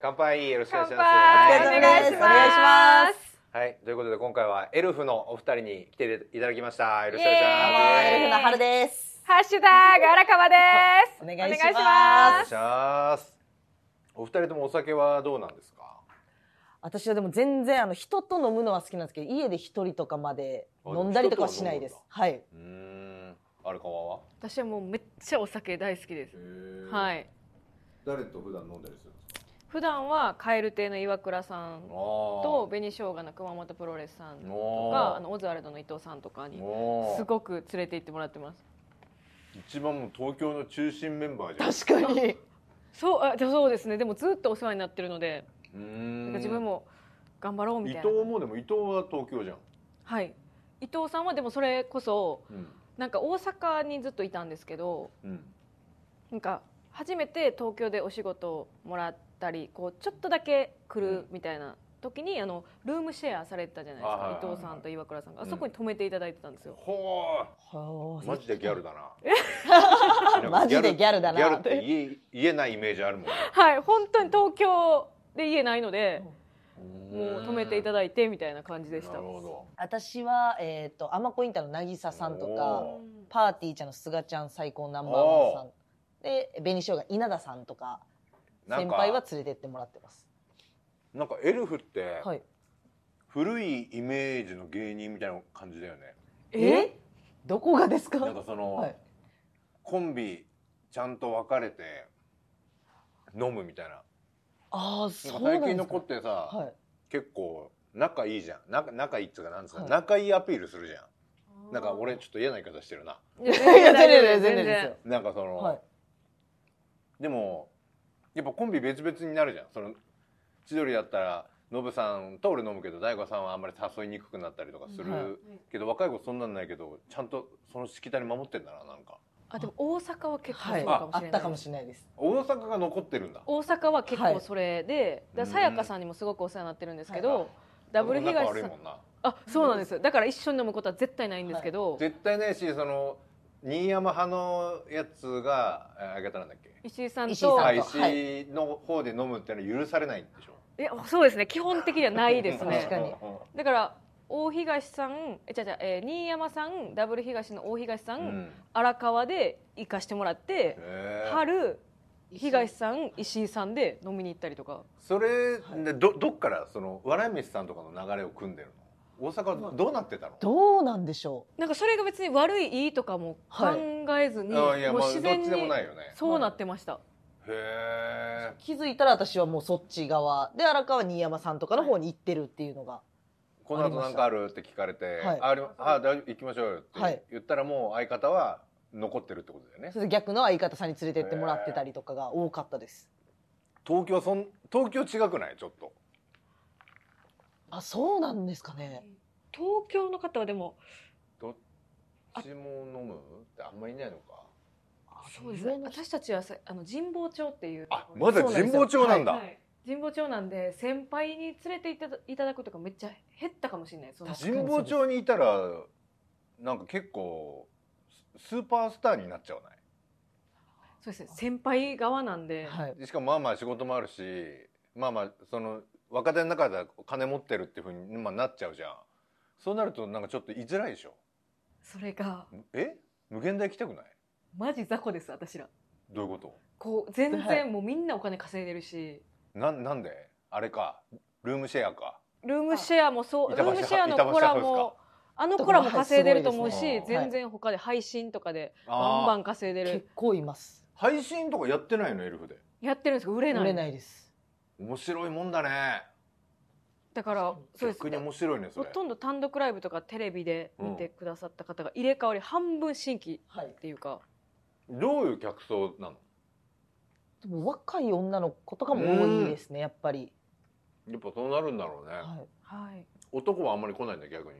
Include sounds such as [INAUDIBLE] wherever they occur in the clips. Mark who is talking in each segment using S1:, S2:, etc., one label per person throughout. S1: 乾杯よろしくお願いします
S2: 乾杯
S3: お願いします
S2: お願いします
S1: はいということで今回はエルフのお二人に来ていただきましたよろしくお
S2: イエ
S3: エ
S2: ーイ
S1: 願
S3: ルフの春です。
S2: ハッシュタグ荒川です
S3: お願いします
S1: いしますお願いしますお二人ともお酒はどうなんですか
S3: 私はでも全然あの人と飲むのは好きなんですけど、家で一人とかまで飲んだりとかはしないです
S1: あ。
S3: はい。
S1: うーんアルカワは
S4: 私はもうめっちゃお酒大好きです。はいい。
S1: 誰と普段飲んだりするんですか
S4: 普段は蛙亭の岩倉さんと
S1: と
S4: 紅生姜の熊本プロレスさんと
S1: お
S4: か
S1: ー
S4: あのオズワルドの伊藤さんとかに
S1: も
S4: すごく連れて行ってもらってます。
S1: 一番もう東京の中心メンバーじゃん
S3: 確かに。
S4: [LAUGHS] そうあじゃあそうですね。でもずっとお世話になってるので、
S1: うーん
S4: なんか自分も頑張ろうみ
S1: 伊
S4: たい
S1: 藤
S4: な。
S1: もでも伊藤は東京じゃん、
S4: はい。伊藤さんはでもそれこそ
S1: うん
S4: なんか大阪にずっといたんですけど、
S1: うん、
S4: なんか初めて東京でお仕事をもらったりこうちょっとだけ来
S1: うん
S4: るみたいな時に、あのルームシェアされてたじゃないです
S1: あはい
S4: か
S1: はいは
S4: 伊
S1: い
S4: 藤さんと岩倉さんが、
S1: うん
S4: あそこに泊めていただいてたんですよ、
S1: ほ
S3: は
S1: ー
S3: あ
S1: マジでギャル
S3: [LAUGHS]
S1: だな
S3: マジでギャルだな
S1: ギャルって言え言えないイメージあるもん
S4: はい本当に東京で家ないので、
S1: ね
S4: もう泊めていただいてみたいな感じでした
S1: なるほど
S3: 私はえっ、とアマコインターの渚さんと
S1: お
S3: か
S1: ー、
S3: パーティーちゃんのすがちゃん最高ナンバーワンさん、で紅生姜稲田さんとか
S1: なん
S3: 先
S1: か
S3: 輩は連れてってもらってます。
S1: なんかエルフって
S3: はい。
S1: 古いイメージの芸人みたいな感じだよね
S4: え
S3: どこがですか？
S1: なんかその、
S3: はい。
S1: コンビちゃんと別れて飲むみたいな
S3: ああそ
S1: なんか最
S3: うなんで
S1: 近
S3: す
S1: の
S3: か
S1: 子っ。てさ、
S3: [LAUGHS] はい。
S1: 結構仲いいじゃん仲仲いいっつうかなんつうか、
S3: はい
S1: 仲いいアピールするじゃんなんか俺ちょっと嫌な言い方してるない
S4: や
S3: いや
S4: 全
S3: 全然
S4: 然
S3: 全
S4: 全
S3: 然です
S4: 然
S3: よ。
S1: なんかその、
S3: はい。
S1: でもやっぱコンビ別々になるじゃんその千鳥だったらノブさんと俺飲むけど大悟さんはあんまり誘いにくくなったりとかする、
S3: はい
S1: けど若い子そんなんないけどちゃんとそのしきたり守ってんだななんか
S4: あでも大阪は結構
S3: は
S4: そ。
S3: いうあ
S4: かも
S3: あ
S4: しれな
S3: った
S4: い、
S3: かもしれないです。
S1: 大阪が残ってるんだ
S4: 大阪は結構それで、
S1: はい
S4: だからさやかさんにもすごくお世話になってるんですけど、
S1: はい
S4: ダブル
S1: 仲
S4: 東さ
S1: 悪い
S4: ん
S1: もんな
S4: あそうなんですだから一緒に飲むことは絶対ないんですけど、
S1: 絶対ないしその新山派のやつがえーあげたなんだっけ
S4: 石井さん
S3: 石井さん
S4: と
S3: と
S1: はい
S4: い
S1: 石の方で飲むってのは許されないんでしょ
S4: やそうですね基本的にはないです
S3: 確か
S4: ね
S3: に
S4: だから大東さんえちゃちゃ、えー新山さんダブル東の大東さん、
S1: うん
S4: 荒川で行かしてもらって、
S1: へー
S4: 春東さん石井さんで飲みに行ったりとか
S1: それ、でどどっからその笑い飯さんとかの流れを組んでるの大阪はどうなってたの、
S3: どうなんでしょ
S4: なんかそれが別に悪いいいとかも考えずに、
S1: あいや
S4: もう
S1: まあ
S4: 自
S1: どっ
S4: 然
S1: ち
S4: に
S1: でもないよね
S4: そうなってました、
S1: へえ
S3: う。気づいたら私はもうそっち側で荒川新山さんとかの方に行ってるっていうのが。
S1: この後なんかあるって聞かれて「
S3: はい
S1: あありまあ大丈夫行きましょうよ」
S3: は
S1: って
S3: い
S1: 言ったらもう相方は残ってるってことだよね
S3: それで逆の相方さんに連れてってもらってたりとかが多かったです。
S1: 東京そん東京違くないちょっと
S3: あ、そうなんですかね。
S4: 東京の方はでも
S1: どっちも飲むってあんまりいないのか
S4: そうですね
S3: 上の人
S4: 私たちはさあの神保町っていう
S1: あまだ神保町なんだ
S4: はい神保町なんで先輩に連れていただいただくとかめっちゃ減ったかもしれないその
S3: 確か
S1: 神保町にいたらなんか結構ススーパースターになっちゃわない
S4: そうですね先輩側なんで、
S3: はい。
S1: でしかもまあまあ仕事もあるしまあまあその若手の中では金持ってるっていうふうに、まあ、なっちゃうじゃんそうなるとなんかちょっと居づらいでしょ
S4: それが
S1: え無限大来たくない
S4: マジ雑魚です私ら
S1: どういうこ
S4: こう全
S3: はい
S4: 然もうみんなお金稼いでるし
S1: となんなんであれかルームシェアか
S4: ルームシェアもそう
S1: あ
S4: ルームシェアの子らもあの子らも稼いでると思うし、
S1: すごいですね
S4: 全然他で配信とかでバンバ
S1: ああ
S4: ン稼いでる
S3: 結構います。
S1: 配信とかやってないのエルフで
S4: やってるんですけど売れない
S3: 売れないです。
S1: 面白いもんだね
S4: だからそうです
S1: 逆に面白いねそ
S4: ほ
S1: れ
S4: とんど単独ライブとかテレビで見てくださった方が入れ替わり半分新規
S3: はい
S4: っ。ていうか、
S1: どういう客層なの
S3: でも若い女の子とかも多いですね、やっぱり。
S1: やっぱそうなるんだろうね、
S3: は
S4: はい、
S1: 男はあんまり来ないんだ逆に、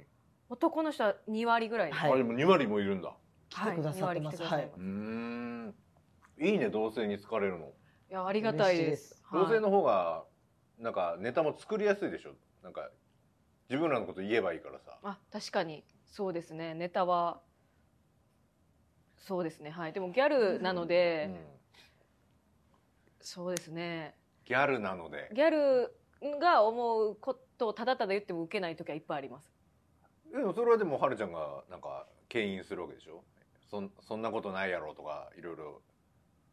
S4: 男の人は2割ぐらい、
S3: はい
S1: あでも2割もいるんだ
S3: 来てくださってます
S4: 2割来くださいま
S1: うーんいいね同性に好かれるの、
S4: すいやありがたいですはい
S1: 同性の方がなんかネタも作りやすいでしょなんか自分らのこと言えばいいからさ
S4: あ確かにそうですねネタはそうですねはいでもギャルなので、
S1: うん
S4: そうですね
S1: ギャルなので
S5: ギャルが思うことをただただ言っても受けない時はいっぱいあります
S1: でもそれはでもはるちゃんがなんか牽引するわけでしょそんそんなことないやろとかいろいろ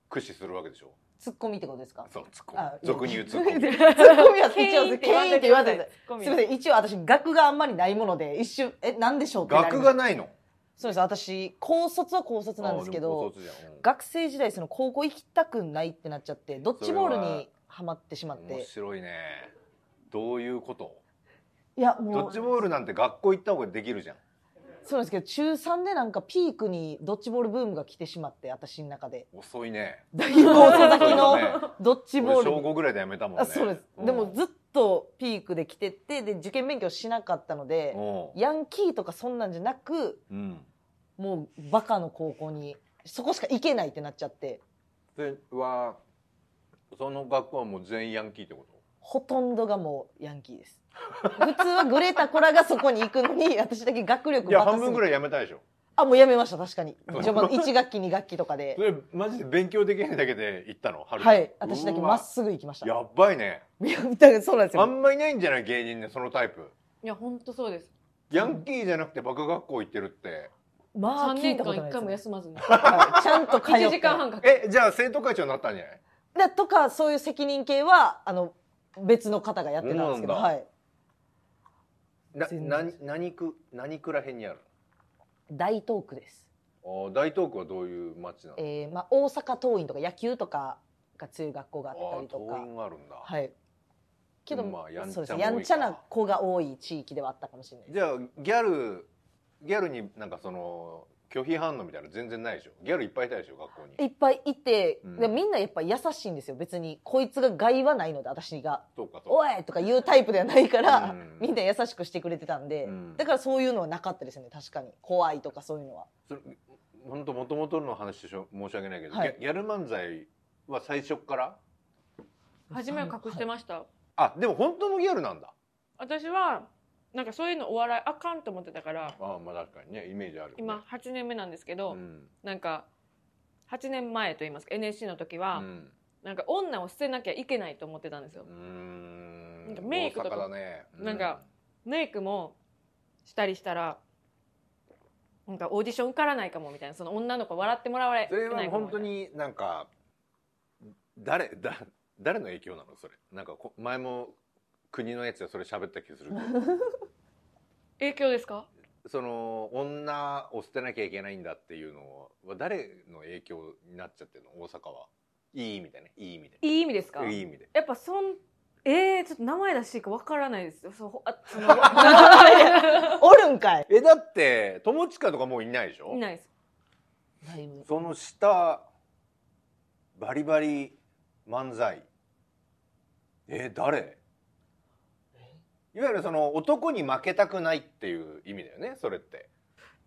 S1: 駆使するわけでしょ
S3: ツッコミってことですか
S1: そうツッコミ
S3: あいや
S1: 俗に言うツッコミ
S3: [LAUGHS] ツ [LAUGHS] ッコミは一応、ケインって言わせて。
S5: す
S3: すみません、一応私、学があんまりないもので、一瞬、え、なんでしょうか
S1: 学がないの
S3: そうです、私、高卒は高卒なんですけ
S1: あー
S3: ど、
S1: でも高卒じゃんうん
S3: 学生時代、その高校行きたくないってなっちゃって、ドッジボールにはまってしまっ
S1: 面
S3: て。
S1: 白いねどういうこと
S3: いや、
S1: ド
S3: も
S1: ッ
S3: う、
S1: ジ
S3: そう
S1: ボールなんて学校行った方ができるじゃん
S3: なんですけど、中3でなんかピークにドッジボールブームが来てしまって、私の中で。 [LAUGHS]
S1: 遅いね
S3: 大高卒先
S1: そうだね
S3: のドッジ
S1: 俺
S3: ボール
S1: 小
S3: に。
S1: 5ぐらいでやめたもんね
S3: あそうです、
S1: ん
S3: でもずっとピークで来ててで受験勉強しなかったので、ヤンキーとかそんなんじゃなく
S1: うんうん
S3: もうバカの高校にそこしか行けないってなっちゃって
S1: ではその学校はもう全員ヤンキーってこ
S3: ほとんどがもうヤンキーです普通はグレタコラがそこに行くの
S1: [LAUGHS]
S3: に私だけ学
S1: と
S3: 力
S1: いや
S3: バカす
S1: 半
S3: ぎ
S1: 分ぐらいやめたでしょ
S3: あもうやめました確かに序盤1学期2学期とかで
S1: それマジで勉強できないだけで行ったの春ちゃん
S3: はい私だけ
S1: う
S3: まっすぐ行きました
S1: やっばいね
S3: いやだからそうなんです
S1: あ
S3: よ
S1: んまいないんじゃない芸人ねそのタイプ
S5: いや本当そうです
S1: ヤンキーじゃなくてバカ学校行ってるって
S3: まあ
S5: 3
S3: 聞
S5: 年
S3: いたこ
S5: 間
S3: とない
S5: 1回
S3: です
S5: も
S3: ね
S5: 休まずに
S3: はいちゃんと通って
S5: 1時間半かけ
S1: えじゃあ生徒会長になったんじゃない
S3: だとかそういう責任系はあの別の方がやってたんですけど、
S1: そうなんだ
S3: はい、
S1: な
S3: 全然
S1: な何区何区らへんにある
S3: 大東区です、
S1: のあー大東区はどういう町なの
S3: えーまあ、大阪桐蔭とか野球とかが強い学校があ
S1: あ
S3: った
S1: ー
S3: りと
S1: 桐
S3: か、
S1: 蔭があるんだ、
S3: はい、けど、
S1: まあやんちゃ
S3: そうです
S1: も多い
S3: ね
S1: か
S3: やんちゃな子が多い地域ではあったかもしれないです
S1: じゃあギャルギャルになんかその拒否反応みたいなの全然ないでしょギャルいっぱいいたでしょ学校に
S3: いっぱいいて、
S1: うん
S3: でみんなやっぱ優しいんですよ別にこいつが害はないので私が
S1: そうか
S3: 「
S1: そう
S3: お
S1: か
S3: い!」とか言うタイプではないから、
S1: うん
S3: みんな優しくしてくれてたんで、
S1: うん
S3: だからそういうのはなかったですね確かに怖いとかそういうのは
S1: それ本当元々の話でしょ申し訳ないけど、
S3: はい
S1: ギャギャル漫才は最初っから
S5: 初めは隠してました、
S1: あでも本当のギャルなんだ
S4: 私はなんかそういうのお笑いあかんと思ってたから
S1: ああまあ確かにねイメージあるよね、
S4: 今8年目なんですけど、
S1: うん
S4: なんか8年前と言いますか NSC の時は、
S1: うん
S4: なんか女を捨てなきゃいけないと思ってたんですよ
S1: う、ん
S4: なんかメイクとか
S1: 大阪だねう
S4: なんかメイクもしたりしたらなんかオーディション受からないかもみたいなその女の子笑ってもらわれ
S1: それは
S4: ないか
S1: 本
S4: もみた
S1: 当
S4: いな
S1: になんか誰だ誰の影響なのそれなんかこ前も国のやつでそれ喋った気するけど
S4: 影響ですか
S1: その女を捨てなきゃいけないんだっていうのは誰の影響になっちゃってるの大阪はいい意味でねいい意味で
S4: いい意味ですか
S1: いい意味で
S4: やっぱそんえー、ちょっと名前出していいかわからないですよそうほあ [LAUGHS] その
S3: おるんかい
S1: えだって友近とかもういないでしょ
S4: いないです
S3: だいぶ
S1: その下バリバリ漫才え誰いわゆるその男に負けたくないっていう意味だよねそれって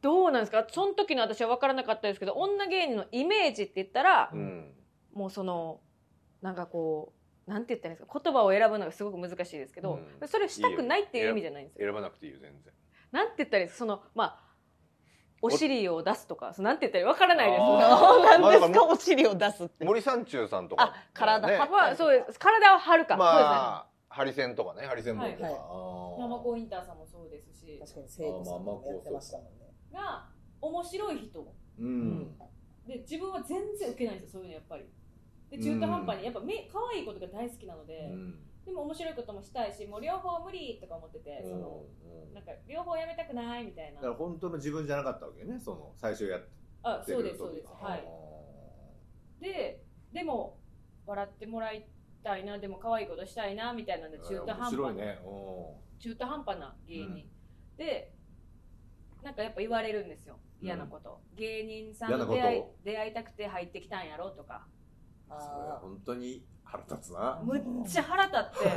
S4: どうなんですかその時の私は分からなかったですけど女芸人のイメージって言ったら、
S1: うん
S4: もうそのなんかこうなんて言ったらいいんですか言葉を選ぶのがすごく難しいですけど、
S1: うん
S4: それをしたくないっていう意味じゃないんですよ。
S1: 選ばなくていいよ全然
S4: なんて言ったらいいですかそのまあお尻を出すとかそのなんて言ったらいい分からないです。
S1: あ
S3: そうなん
S1: まあ
S3: で
S1: だか
S3: す
S1: ら
S3: か、お尻を出すって。
S1: 森三中さんとか、
S3: あ体張っ
S4: まあそうです体を張るか、
S1: まあハリセンとかねハリセンボンとか、
S3: はいはい
S1: あー
S4: そうですね。ママコインターさんもそうですし
S3: 確かに聖子さんもやってましたもんね。
S4: が面白い人
S1: うん
S4: で自分は全然受けないんですよそういうのやっぱり。で
S1: 中途半端に
S4: やっぱ目可愛いことが大好きなの
S1: う
S4: で
S1: ん
S4: でも面白いこともしたいしもう両方無理とか思ってて
S1: うんうん
S4: なんか両方やめたくないみたい
S1: だから本当の自分じゃなかったわけよねその最初やって
S4: あ
S1: る
S4: そうですそう
S1: 時
S4: ですはいででも笑ってもらいたいなでも可愛いことしたいなみたいなんで中途半
S1: 面
S4: 端
S1: 白
S4: な、
S1: いねうん
S4: 中途半端な芸人、
S1: うん
S4: でなんかやっぱ言われるんですよ嫌なこと、芸人さん
S1: 嫌な
S4: と
S1: こと
S4: 出会い出会いたくて入ってきたんやろとか
S1: それは
S3: あ
S1: 本当に腹立つな。
S4: むっちゃ腹
S1: [LAUGHS]
S4: 立って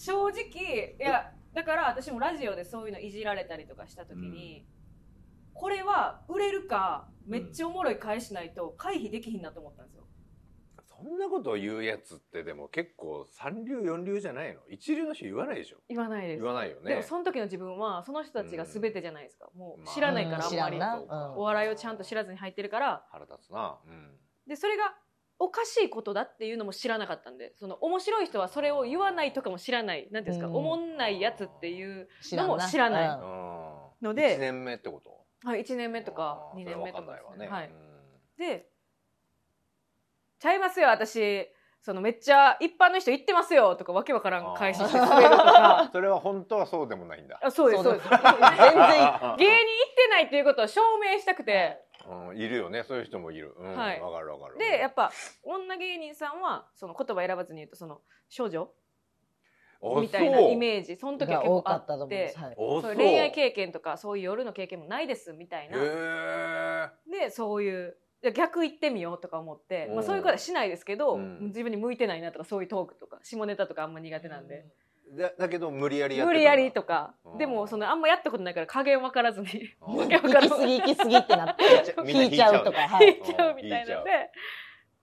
S4: 正直いやだから私もラジオでそういうのいじられたりとかした時に、これは売れるかめっちゃおもろい返しないと回避できひんなと思ったんですよ、
S1: そんなことを言うやつってでも結構三流四流じゃないの一流の人言わないでしょ
S4: 言わないで
S1: 言わないよね
S4: でもその時の自分はその人たちが全てじゃないですか、も
S1: ま
S4: う
S1: あ
S4: 知らないから
S3: うん
S4: あんまり、
S3: 知らんな
S1: そうか
S3: うん
S4: お笑いをちゃんと知らずに入ってるから
S1: 腹立つな、うん、
S4: でそれがおかしいことだっていうのも知らなかったんでその面白い人はそれを言わないとかも知らないなんていうんですか、
S3: うん
S4: おもんないやつっていう
S3: 知らん
S4: のも知らない
S3: うん
S1: うん
S4: ので
S1: 1年目ってこと
S4: はい、1年目とか2年目
S1: 分か
S4: とか
S1: んな
S4: で
S1: い
S4: す
S1: わ
S4: ね
S1: ね、
S4: はい
S1: うん
S4: で「ちゃいますよ私そのめっちゃ一般の人行ってますよ」とかわけわからん返しして滑る
S1: [LAUGHS]
S4: とか
S1: それは本当はそうでもないんだ、
S4: あそうです
S3: そ
S4: そうう
S1: [LAUGHS]
S4: で
S3: で
S4: すす
S3: 全然
S4: 芸人行ってないっていうことを証明したくて
S1: うん、いるよねそういう人もいる、うん
S4: はい
S1: わかるわかる
S4: でやっぱ女芸人さんはその言葉選ばずに言うとその少女
S1: あ
S4: みたいな
S1: そう
S4: イメージその時は
S3: が
S4: 結
S3: 多
S4: 構
S3: か
S4: あ
S3: ったと思
S4: っ
S3: うんで
S4: て
S3: す。はい
S1: あ
S4: そ
S1: そうう
S4: 恋愛経験とかそういう夜の経験もないですみたいな
S1: へ
S4: でそういういや逆行ってみようとか思って、ま
S1: う
S4: あ、
S1: ん
S4: そういうことはしないですけど、
S1: うん
S4: 自分に向いてないなとかそういうトークとか下ネタとかあんま苦手なんで、
S1: えだだけど無理やりやってたんだ
S4: 無理やりとか
S1: うん
S4: でもそのあんまやったことないから加減分からずに
S1: あー
S4: わけわ
S3: 行
S4: から
S3: き
S4: ん
S3: 過ぎ行き過ぎってなって
S4: [LAUGHS]
S1: みんな
S3: 引いちゃうとか、は
S4: 引
S3: い、
S4: いちゃうみたいなので、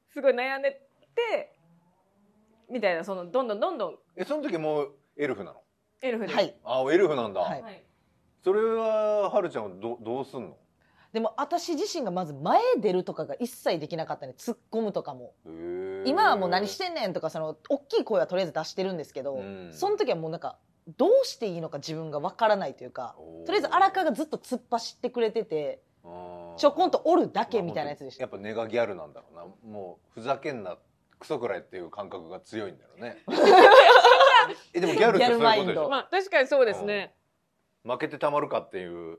S4: すごい悩んでてみたいなそのどんどんどんどん
S1: えその時もうエルフなの
S4: エルフで、
S3: [LAUGHS] はい、
S1: あエルフなんだ、
S3: はい
S6: はい
S1: それははるちゃんはどどうすんの
S3: でも私自身がまず前出るとかが一切できなかったね突っ込むとかも
S1: へー
S3: 今はもう何してんねんとかその大きい声はとりあえず出してるんですけど、
S1: うん
S3: その時はもうなんかどうしていいのか自分がわからないというか
S1: おー
S3: とりあえず荒川がずっと突っ走ってくれてて
S1: あー
S3: ちょこんとおるだけみたいなやつでした、
S1: まあ本当にやっぱネガギャルなんだろうなもうふざけんなクソくらいっていう感覚が強いんだろう
S3: [LAUGHS]
S1: ねえでもギャルってそういうことでし
S3: ギャルマイン
S1: ょ
S4: まあ確かにそうですね、
S1: 負けてたまるかっていう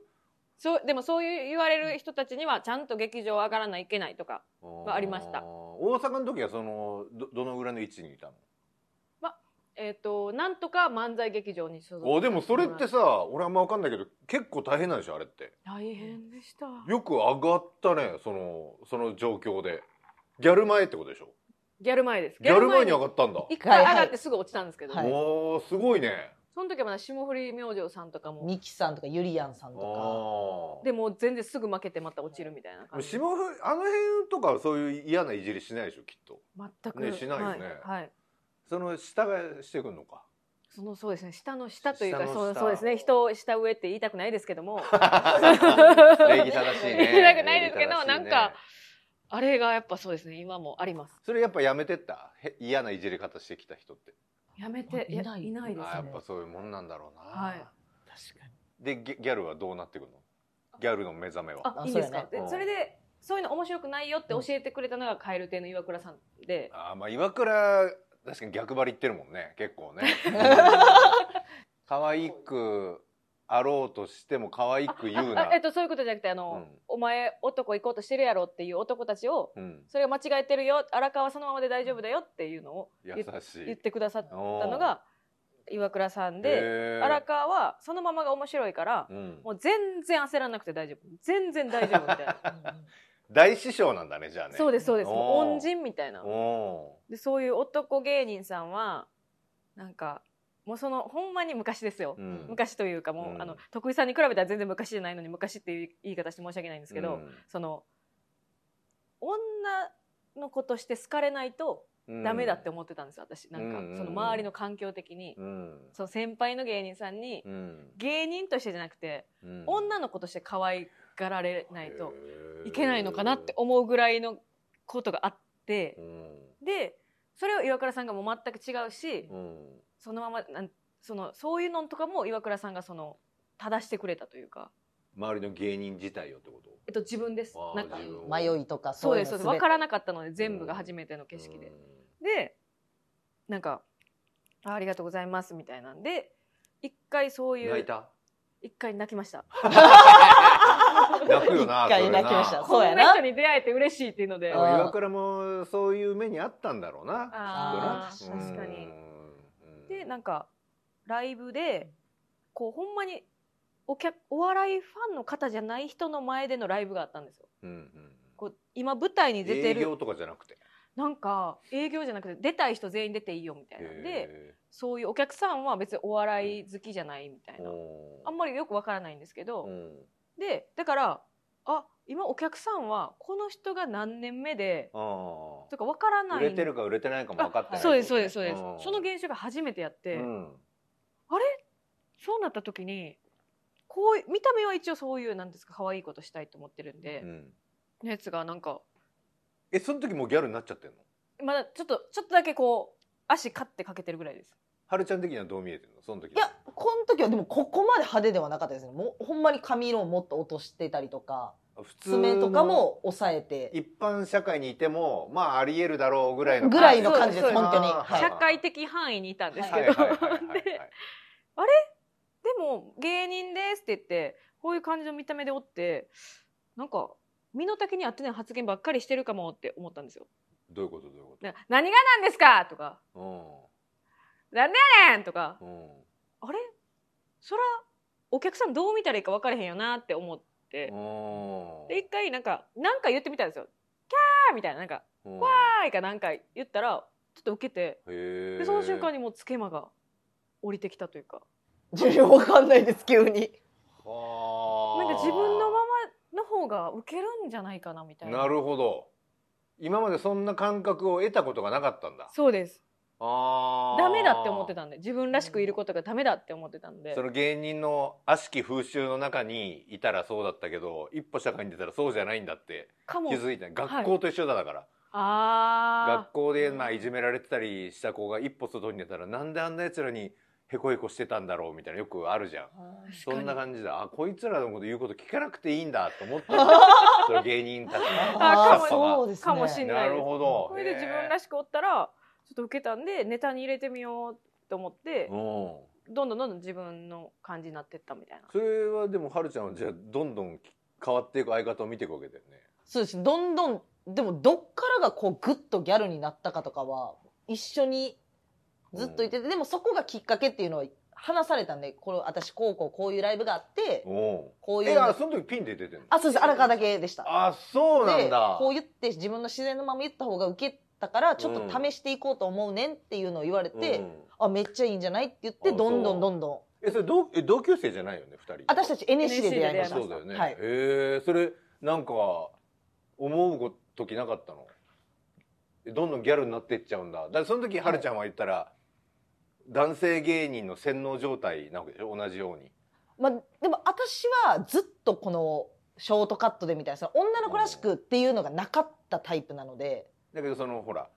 S4: そうでもそういう言われる人たちにはちゃんと劇場上がらないといけないとか
S1: は
S4: ありました
S1: 大阪の時はそのどどのぐらいの位置にいたの
S4: えっ、となんとか漫才劇場に所属
S1: あでもそれってさ俺あんま分かんないけど結構大変なんでしょあれって
S4: 大変でした
S1: よく上がったねそのその状況でギャル前ってことでしょ
S4: ギャル前です
S1: ギャル前に上
S4: ギャル
S1: がったんだ
S4: 前に一回上がってすぐ落ちたんですけど、
S3: はいはい
S1: おーすごいね
S4: その時はまだ霜降り明星さんとかも
S3: ミキさんとかゆりやんさん
S1: あ
S3: とか
S1: ー
S4: でもう全然すぐ負けてまた落ちるみたいな
S1: で
S4: 感
S1: も
S4: じ
S1: 下降りあの辺とかはそういう嫌ないじりしないでしょきっと
S4: 全く、
S1: ねしないよね
S4: はいはい
S1: その下がしてくんの
S4: [LAUGHS]
S1: か
S4: そのそうですね下の下というか
S1: 下の
S4: そう
S1: 下
S4: そうですね人を下上って言いたくないですけども
S1: [LAUGHS] 礼儀正しいね
S4: 言いたくないですけど
S1: 礼儀正しいね
S4: なんかあれがやっぱそうですね今もあります
S1: それやっぱやめてったへ嫌ないじり方してきた人って
S4: やめて
S3: いない
S4: いいないです
S1: あやっ
S4: ね
S1: ぱそういうもんなんだろうな、
S4: はい
S3: 確かに
S1: でギャギャルはどうなってくるのギャルの目覚めは
S4: あ
S3: あ
S4: いいですか
S3: そう
S1: やね
S4: でそれでそういうの面白くないよって教えてくれたのが蛙亭の岩倉さんで
S1: あまあ岩倉確かに逆張り言ってるもんね結構
S4: [LAUGHS]
S1: ね
S3: [LAUGHS]
S1: うん可愛くあろうとしても可愛く言う
S4: あ
S1: な
S4: あえっとそういうことじゃなくてあの、
S1: うん
S4: お前男行こうとしてるやろっていう男たちを
S1: うん、
S4: それが間違えてるよ荒川はそのままで大丈夫だよっていうのを
S1: 優
S4: 言っ
S1: しい
S4: 言ってくださった
S1: の
S4: のが岩倉さんで荒川はそのままが面白いから
S1: うん
S4: もう全然焦らなくて大丈夫全然大丈夫み
S1: [LAUGHS]
S4: たいな
S1: 大師匠なんだねじゃあね
S4: そうですそうですもう
S1: おー
S4: 恩人みたいな
S1: お
S4: でそういう男芸人さんはなんかもうそのほんまに昔ですよ
S1: ー、うん
S4: 昔というかもう、
S1: うん
S4: あの徳井さんに比べたら全然昔じゃないのに昔っていう言い方して申し訳ないんですけど、その女の子として好かれないと
S1: うん
S4: ダメだって思ってたんですよ私なんか、
S1: うんうんうん
S4: その周りの環境的に、
S1: うん
S4: その先輩の芸人さんに、
S1: うん
S4: 芸人としてじゃなくて、
S1: うん
S4: 女の子として可愛がられないといけないのかなって、思うぐらいのことがあって
S1: へー、
S4: でそれを岩倉さんがもう全く違うし、
S1: うんうん
S4: そのままなんそのそういうのとかも岩倉さんがその正してくれたというか、
S1: 周りの芸人自体よってこと
S4: えっと、自分です
S1: あー
S4: なんか
S1: 自分
S3: 迷いとか
S4: そ
S3: そうう
S4: で
S3: いう
S4: す
S3: の
S4: そうです分
S3: 全て
S4: からなかったので全部が初めての景色で、でなんかあ「ありがとうございます」みたいなんで一回そう
S1: うん
S4: い
S1: 泣いう
S4: [LAUGHS]
S1: た
S4: 一回泣きました
S1: 泣
S4: [LAUGHS]
S1: くよな
S3: 一
S1: そ
S3: 回
S1: れな
S3: 泣きました
S4: こ
S3: そうんや
S4: な
S3: な
S4: 人に出会えて嬉しいっていうので
S1: でも岩倉もそういう目にあったんだろうな
S4: あ
S3: ー
S4: ー確かに
S1: うん
S4: でなんかライブでこうほんまにお客お笑いファンの方じゃない人の前でのライブがあったんですよ
S1: うんうん
S4: こう今舞台に出て
S1: 営
S4: る
S1: 業とかじゃなくて
S4: なんか営業じゃなくて出たい人全員出ていいよみたいなんで
S1: へ
S4: そういうお客さんは別にお笑い好きじゃないみたい
S1: ー
S4: な
S1: おー
S4: あんまりよくわからないんですけど、
S1: うん
S4: でだからあ今お客さんはこの人が何年目で
S1: あー
S4: とかわからない
S1: 売れてるか売れてないかも分かってない
S4: そうですそうですそうです、
S1: ん
S4: その現象が初めてやって、
S1: うん
S4: そうなった時にこうい見た目は一応そういうなんですか可愛いことしたいと思ってるんで
S1: う、ん
S4: のやつがなんか
S1: えその時もうギャルになっちゃってんの
S4: まだちょっとちょっとだけこう足カッてかけてるぐらいです
S1: はるちゃん的にはどう見えてるのその時
S3: いやこの時はでもここまで派手ではなかったですねもうほんまに髪色をもっと落としてたりとか
S1: 普通の
S3: 爪とかも抑えて
S1: 一般社会にいてもまあありえるだろうぐらいの
S3: ぐらいの感じです
S4: そうです
S3: 本当に、
S1: あー
S3: はい
S4: 社会的範囲にいたんですけ
S1: はい
S4: ど
S1: はい
S4: で
S1: はいは
S4: [LAUGHS]
S1: いはい
S4: でも芸人ですって言ってこういう感じの見た目でおってなんか身の丈に合ってない発言ばっかりしてるかもって思ったんですよ。
S1: どういうことどういうこ
S4: な何がなんですかとか
S1: と
S4: なんでやねんとか
S1: うんうん
S4: あれそらお客さんどう見たらいいか分からへんよなって思って
S1: うん
S4: で一回なんかなんか言ってみたんですよ「キャー!」みたいななんか
S1: うん
S4: 「わーい!」かなんか言ったらちょっと受けて
S1: へ
S4: でその瞬間にもうつけまが降りてきたというか
S3: 重量わかんないです急に
S4: な
S1: なん
S4: か自分のままの方が受けるんじゃないかなみたいな
S1: なるほど今までそんな感覚を得たことがなかったんだ
S4: そうです
S1: あー
S4: ダメだって思ってたんで自分らしくいることがダメだって思ってたんで
S1: その芸人の悪しき風習の中にいたらそうだったけど一歩社会に出たらそうじゃないんだって
S4: かも
S1: 気づいた学校と一緒だだから、
S4: あ
S1: 学校でまあいじめられてたりした子が一歩外に出たらなんであんなやつらにへこへこしてたんだろうみたいなよくあるじゃん
S4: あ
S1: そんな感じだあこいつらのこと言うこと聞かなくていいんだと思
S4: [LAUGHS]
S1: ってるその芸人たちの
S4: あ
S1: スタッフが
S3: そうですね
S4: かもしれない
S1: なるほど
S4: これで自分ら
S1: し
S4: しくおったらちょっと受けたんでネタに入れてみようと思って
S1: うん
S4: どんどんどんどん自分の感じになってったみたいな
S1: それはでもはるちゃんはじゃあどんどん変わっていく相方を見ていくわけだよね
S3: そうですねどんどんでもどっからがこうグッとギャルになったかとかは一緒にずっといてて、でもそこがきっかけっていうのは話されたんでこれ私こうこうこういうライブがあって
S1: お
S3: こう
S1: お
S3: い
S1: え
S3: う
S1: あその時ピンで出てるの
S3: あそうです荒川だけでした
S1: あそうなん
S3: で
S1: だ
S3: こう言って自分の自然のまま言った方がウケたからちょっと
S1: うん
S3: 試していこうと思うねんっていうのを言われて、
S1: うん
S3: あめっちゃいいんじゃないって言っ
S1: あ
S3: て
S1: そう
S3: どんどんどんどん
S1: えそれ同え同級生じゃないよね二人
S3: 私たち NSC で出会いま
S1: あ
S3: した
S1: そうだよね、
S3: はい、
S1: へえそれなんか思うご時なかったのえどんどんギャルになっていっちゃうんだだからその時はるちゃんは言ったら、男性芸人の洗脳状態なわけでしょ同じように
S3: まあ、でも私はずっとこのショートカットでみたいなその女の子らしくっていうのがなかったタイプなので
S1: だけどそのほら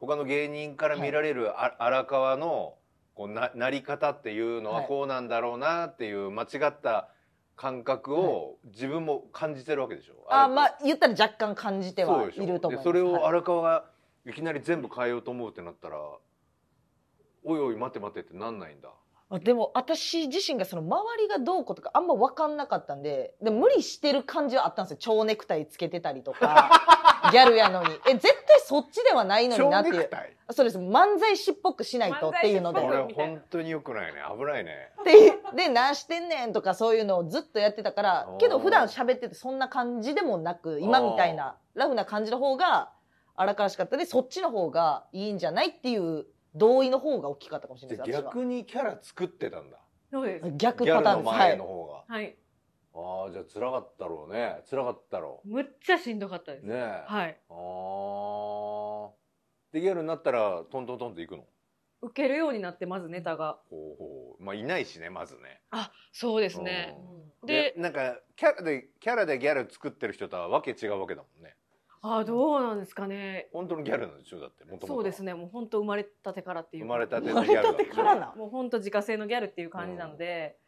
S1: 他の芸人から見られるあ、荒川のこうななり方っていうのは
S3: はい
S1: こうなんだろうなっていう間違った感覚を自分も感じてるわけでしょ、
S3: あ
S1: る
S3: まあ言ったら若干感じて
S1: そ
S3: は
S1: うでしょ
S3: いると思います
S1: でそれを
S3: はい
S1: 荒川がいきなり全部変えようと思うってなったら、おいおい待て待てってなんないんだ
S3: あでも私自身がその周りがどうこうとかあんま分かんなかったんでで無理してる感じはあったんですよ蝶ネクタイつけてたりと
S1: [LAUGHS]
S3: かギャルやのにえ絶対そっちではないのになっていう
S1: タイ
S3: そうです漫才師っぽくしないとっていうの
S1: こ
S3: で
S4: 漫才師っぽく
S1: れ本当に良くないね危ないね
S3: でで「何してんねん」とかそういうのをずっとやってたから
S1: おー
S3: けど普段喋っててそんな感じでもなく今みたいなラフな感じの方が荒からしかったでそっちの方がいいんじゃないっていう同意の方が大きかったかもしれ
S1: じゃ
S3: な
S1: あ
S3: いです私
S1: 逆にキャラ作ってたんだ
S4: そうです
S3: は逆
S1: ギャ
S3: パ
S1: ル
S3: ター
S1: の
S3: ンですは
S1: 前
S3: い
S1: の方
S4: はい
S1: が、ああじゃあ辛かったろうね辛かったろ
S4: むっちゃしんどかったです
S1: うねえ、
S4: はい
S1: ああでギャルになったらトントントンっていくの
S4: 受けるようになってまずネタが
S1: ほうほうまあいないしねまずね
S4: あそうですね
S1: うん
S4: で
S1: でなんかキャラでキャラでギャル作ってる人とはわけ違うわけだもんね
S4: あどうなんですかね
S1: 本当のギャルなんでしょだって元々は
S4: そうですねもう本当生まれたてからっていう
S1: 生まれたて
S3: 生
S1: の
S3: ま
S1: ギャルだ
S3: れた
S1: もん
S3: て
S1: ね
S3: からな
S4: もう本当自家製のギャルっていう感じなので、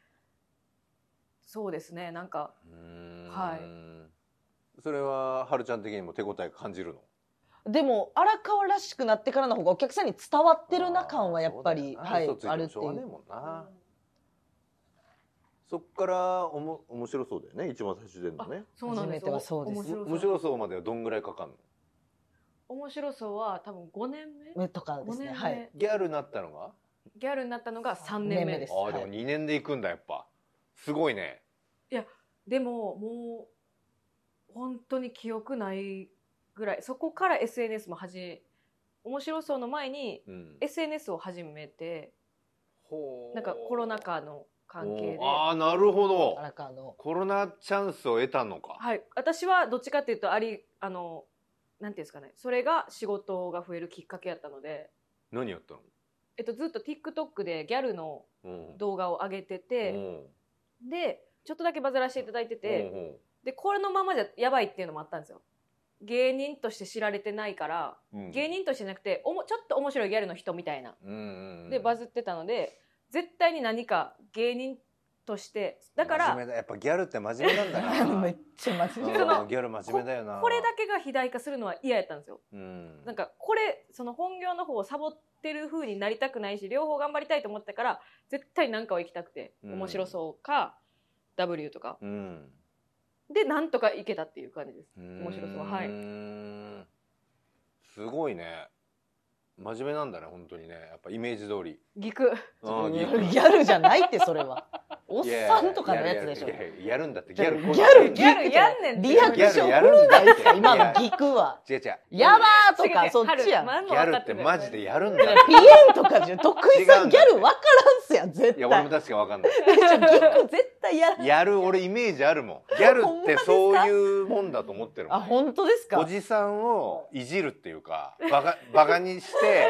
S4: そうですねなんか
S1: うーん
S4: は
S1: それははるちゃん的にも手応え感じるの
S3: でも荒川らしくなってからの方がお客さんに伝わってるな感はやっぱり
S1: あー
S3: はい
S1: そうだよ
S3: あ
S1: な
S3: る
S1: 嘘
S3: っ
S1: ついてもしょう
S3: てい
S1: がねえ
S3: う
S1: もんなそっからおも面白そうだよね一番最初出るのね
S4: そうなんです
S3: 初めてはそうです
S4: 面白
S1: 面
S4: そう
S1: 白そうまではどんぐらいかかんの
S4: 面白そうは多分5年目
S3: 目とかで
S4: 5年
S3: すね
S4: 目、
S3: はい
S1: ギャルになったのが
S4: ギャルになったのが3年
S3: 三年
S4: 目
S3: 目
S4: で
S3: ですす
S1: ああ
S3: はい
S1: でも2年で行くんだやっぱすごいね
S4: でももう本当に記憶ないぐらいそこから SNS も始め面白そうの前に
S1: うん
S4: SNS を始めて
S1: ほう
S4: なんかコロナ禍の関係で
S1: おーああなるほど
S3: 荒川の
S1: コロナチャンスを得たのか、
S4: はい、私はどっちかっていうとありあのなんていうんですかねそれが仕事が増えるきっかけやったので、
S1: 何やったの
S4: えっと、ずっと TikTok でギャルの
S1: うん
S4: 動画を上げて
S1: う
S4: て、
S1: ん
S4: でちょっとだけバズらせていただいてて、
S1: うんうん
S4: でこれのままじゃやばいっていうのもあったんですよ。芸人として知られてないから
S1: うん
S4: 芸人としてじゃなくておもちょっと面白いギャルの人みたいな
S1: うんうんうん
S4: でバズってたので絶対に何か芸人としてだから
S1: 真面目だやっぱギャルって真面目なんだ
S4: [LAUGHS]
S3: [LAUGHS] め
S1: な
S3: っちゃ真面目
S4: その
S1: うんギャル真面目だよな
S4: これだけが肥大化するのは嫌やったんですよ。
S1: うん
S4: なんかこれその本業の方をサボってる風になりたくないし両方頑張りたいと思ってたから絶対何かを行きたくて
S1: うん
S4: 面白そうか、W とか
S1: うん
S4: でなんとか行けたっていう感じです。
S1: 面
S4: 白そうはい
S1: すごいね真面目なんだね本当にねやっぱイメージ通り
S4: ギク
S1: うん
S3: ギ
S1: ギャル
S3: ャルじゃないってそれはおっさんとかのやつでしょ
S1: いやいやいややるんだってギャル
S3: ギャル
S1: ギ
S3: ギ
S1: ャ
S3: ャ
S1: ル
S3: ル
S4: やんねんって
S3: リアクション
S1: やるんだって
S3: 今
S1: い
S3: の
S1: や
S3: ギクは
S1: 違う違う
S3: やばーと
S4: 違う違
S3: か
S4: う
S3: そっちやん
S4: 春
S1: ギャルってマジでやるんだ
S3: いやピエンとかじゃ徳井さ
S1: 違うんん
S3: ギ
S1: だ
S3: ャル分からんすやん絶
S1: い
S3: 対
S1: や俺も確かにわかんない
S3: ギク絶対やらん
S1: やる俺イメージあるもんギャルってそういうもんだと思ってるも
S3: あ
S1: ん
S3: 本当です
S1: お
S3: か
S1: じさんをいじるっていうかバカ [LAUGHS] バカにしてして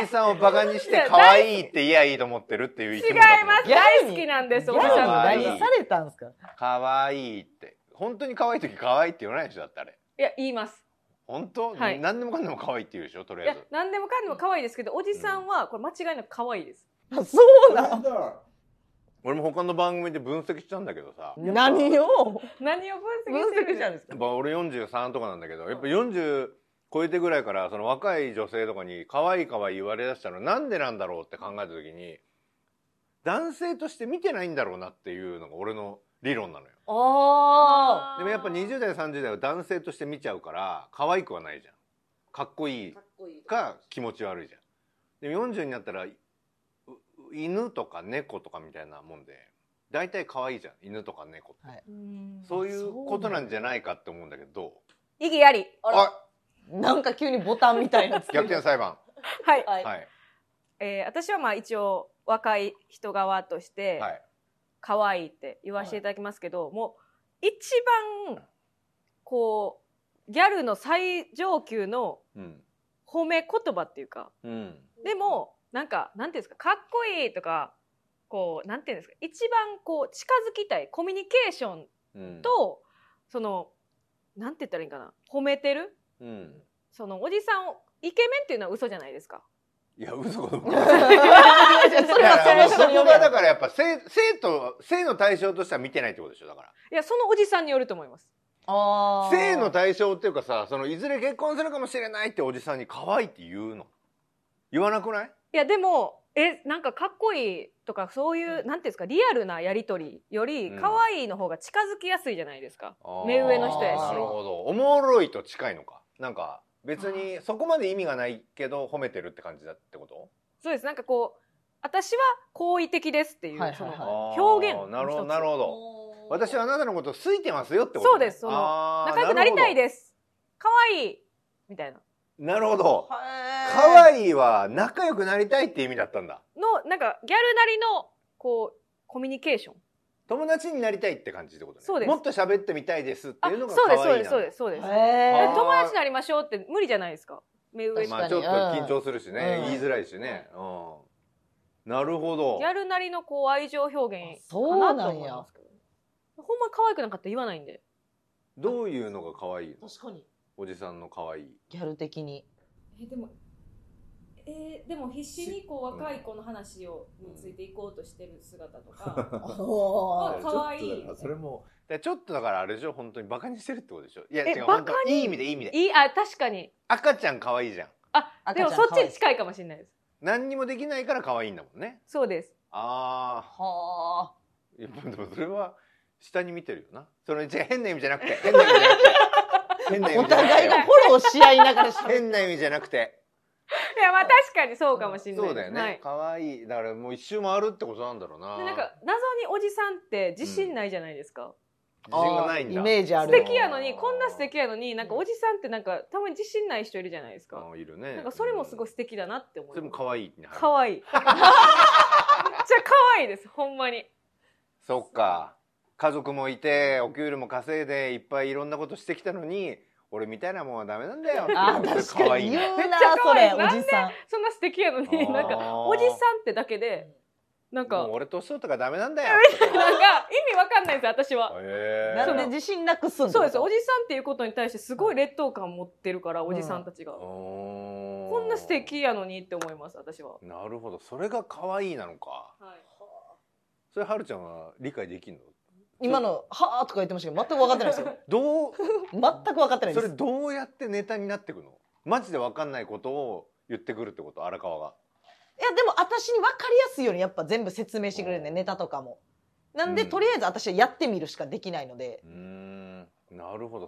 S1: おじさんをバカにして可愛いって言えばいいと思ってるっていう生き物だと思ってる
S3: 違いま
S4: 大好きなんです
S3: ギャ
S4: お
S3: ル
S4: じ
S3: に
S4: さんの
S1: 可愛い
S3: 何されたんすか
S1: 可愛いって本当に可愛い時可愛いって言わないでしょだってあれ
S4: いや言います
S1: 本当、
S4: はい
S1: 何でもかんでも可愛いって言うでしょと
S4: い
S1: りあえ
S4: や
S1: ず
S4: 何でもかんでも可愛いですけどおじさんはこれ間違いなく可愛いです
S3: あそうなん
S7: だ
S1: 俺も他の番組で分析したんだけどさ
S3: 何を
S4: 何を分
S3: 分
S4: 析してる
S3: 析したんですか
S1: やっぱ俺43とかなんだけどやっぱ40超えてぐらいからその若い女性とかに可愛い可愛い言われだしたのなんでなんだろうって考えた時に男性として見てないんだろうなっていうのが俺の理論なのよ
S3: あ
S1: でもやっぱ20代30代は男性として見ちゃうから可愛くはないじゃんかっこいいか気持ち悪いじゃんでも40になったらいう犬とか猫とかみたいなもんで大体可愛いじゃん犬とか猫って、
S3: はい
S1: そういうことなんじゃないかって思うんだけどどう
S4: 意義あり
S1: あ
S3: なんか急にボタンみたいなつけ
S1: 逆
S3: て
S1: 転裁判
S4: はい、
S3: はい
S1: はい
S4: えー私はまあ一応若い人側として
S1: はい
S4: 可愛いって言わせていただきますけど、もう一番こうギャルの最上級の
S1: うん
S4: 褒め言葉っていうか
S1: うん
S4: でもなんかなんていうんですかかっこいいとかこうなんていうんですか一番こう近づきたいコミュニケーション
S1: うん、
S4: とそのなんて言ったらいいんかな褒めてる
S1: うん、
S4: そのおじさんをイケメンっていうのは嘘じゃないですか。
S1: いや嘘かどう
S4: [LAUGHS]
S1: か
S3: いやそ
S1: い
S3: れはそ
S1: や
S3: の
S1: そ
S3: 人に
S1: こ
S3: よる
S1: が
S3: や
S1: だ
S3: ん
S1: からやっぱ性性と性の対象としては見てないってことでしょだから
S4: いやそのおじさんによると思います。
S3: あー
S1: 性の対象っていうかさそのいずれ結婚するかもしれないっておじさんに可愛いって言うの言わなくない
S4: いやでもえなんかかっこいいとかそういう、なんていうんですかリアルなやり取りより
S1: うん
S4: 可愛いの方が近づきやすいじゃないですか、目上の人やし
S1: あーなるほどおもろいと近いのかなんか別にそこまで意味がないけど褒めてるって感じだってこと
S4: そうですなんかこう私は好意的ですっていう、
S3: はいはい
S4: そ
S3: はい
S4: の
S1: あー
S4: 表現の一つ
S1: なるほどなるほど私はあなたのことを好いてますよってこと
S4: そうですその
S1: あー
S4: 仲良くなりたい
S1: る
S4: です可愛いみたいな
S1: なるほど可
S3: は
S1: 愛いは仲良くなりたいって意味だったんだ
S4: のなんかギャルなりのこうコミュニケーション
S1: 友達になりたいって感じってことね
S4: そうです
S1: もっと喋ってみたいですって
S4: あ
S1: いう
S4: そう
S1: のが
S4: です
S1: 可愛い
S4: そうですそうですすそうです
S3: い
S4: だ
S1: ー
S4: から
S3: へ
S4: 友達になりましょうって無理じゃないですか目上
S3: 確
S4: の
S1: まあちょっと緊張するしね、
S3: うん
S1: 言いづらいしね、うん、なるほど
S4: ギャルなりのこう愛情表現か
S3: そう
S4: な
S3: な
S4: と
S3: ん
S4: 思い
S3: や
S4: ますけどほんま可愛くなかったら言わないんで
S1: どういうのが可愛いの
S3: 確かに
S1: おじさんの可愛い
S3: ギャル的に
S4: えでも
S8: えーでも必死にこう若い子の話をについていこうとしてる姿とか、
S3: お
S8: あ可愛い
S7: からそれも
S1: でちょっとだからあれでしょ本当にバカにしてるってことでしょいや
S4: え
S1: 違う
S4: バカ
S1: 本当にいい意味でいい意味で
S4: [LAUGHS] いいあ確かに
S1: 赤ちゃん可愛いじゃん
S3: ー
S4: でもそっちに近いかもしれないです
S1: 何にもできないから可愛いんだもんね
S4: そうです
S1: あ
S3: は
S1: あでもそれは下に見てるよなそれ違う変な意味じゃなくて変な意味じゃなくて変な
S3: あ
S1: 意
S3: [LAUGHS] お
S1: 味じゃなく
S3: 互い
S1: て
S3: がフォローし合いながらし
S1: 変な意味じゃなくて
S4: いやまあ確かにそうかもしれ [LAUGHS] ない
S1: そうだよね、
S4: はい、
S1: 可愛いだからもう一周回るってことなんだろうな
S4: でなんか謎におじさんって自信ないじゃないですか、
S1: 自信がないんだ
S3: イメージあ
S4: 素
S3: る
S4: 敵やのにこんな素敵やのになんかおじさんってなんかたまに自信ない人いるじゃないですか
S1: あいるね
S4: なんかそれもすごい素敵だなって思
S1: それも
S4: う
S1: 可愛いね
S4: 可愛いめっちゃ可愛いですほんまに
S1: そっか家族もいてお給料も稼いでいっぱいいろんなことしてきたのに俺みたいなもんはダメなんだよ
S3: あ
S1: っていう
S3: ー
S1: それ
S3: 確
S1: 可
S3: か
S1: 愛
S3: に
S1: い
S3: 言
S1: ね
S3: うな
S4: めっちゃ
S3: そ
S4: 可愛い
S3: れおじさん
S4: そんな素敵やのに
S1: あー
S4: なんかおじさんってだけでなん
S1: も
S4: か
S1: う俺としとったからダメなんだよとか
S4: なんか意味わかんないんですよ私は。
S1: へー
S3: なんで自信なくすんの
S4: そうですおじさんっていうことに対してすごい劣等感持ってるからおじさんたちが、
S1: うーん
S4: こんな素敵やのにって思います私は
S1: なるほどそれが可愛いなのか
S6: はい
S1: それはるちゃんは理解できんの
S3: 今の「はあ」とか言ってましたけど全く分かってないで
S1: [LAUGHS]
S3: すよ
S1: どう
S3: 全く分かってないで
S1: そ
S3: す
S1: れどうやってネタになってくのマジで分かんないことを言ってくるってこと荒川が
S3: いやでも私に分かりやすいようにやっぱ全部説明してくれるね
S1: うん
S3: ネタとかもなんで、
S1: うん
S3: とりあえず私はやってみるしかできないので
S1: うーんなるほど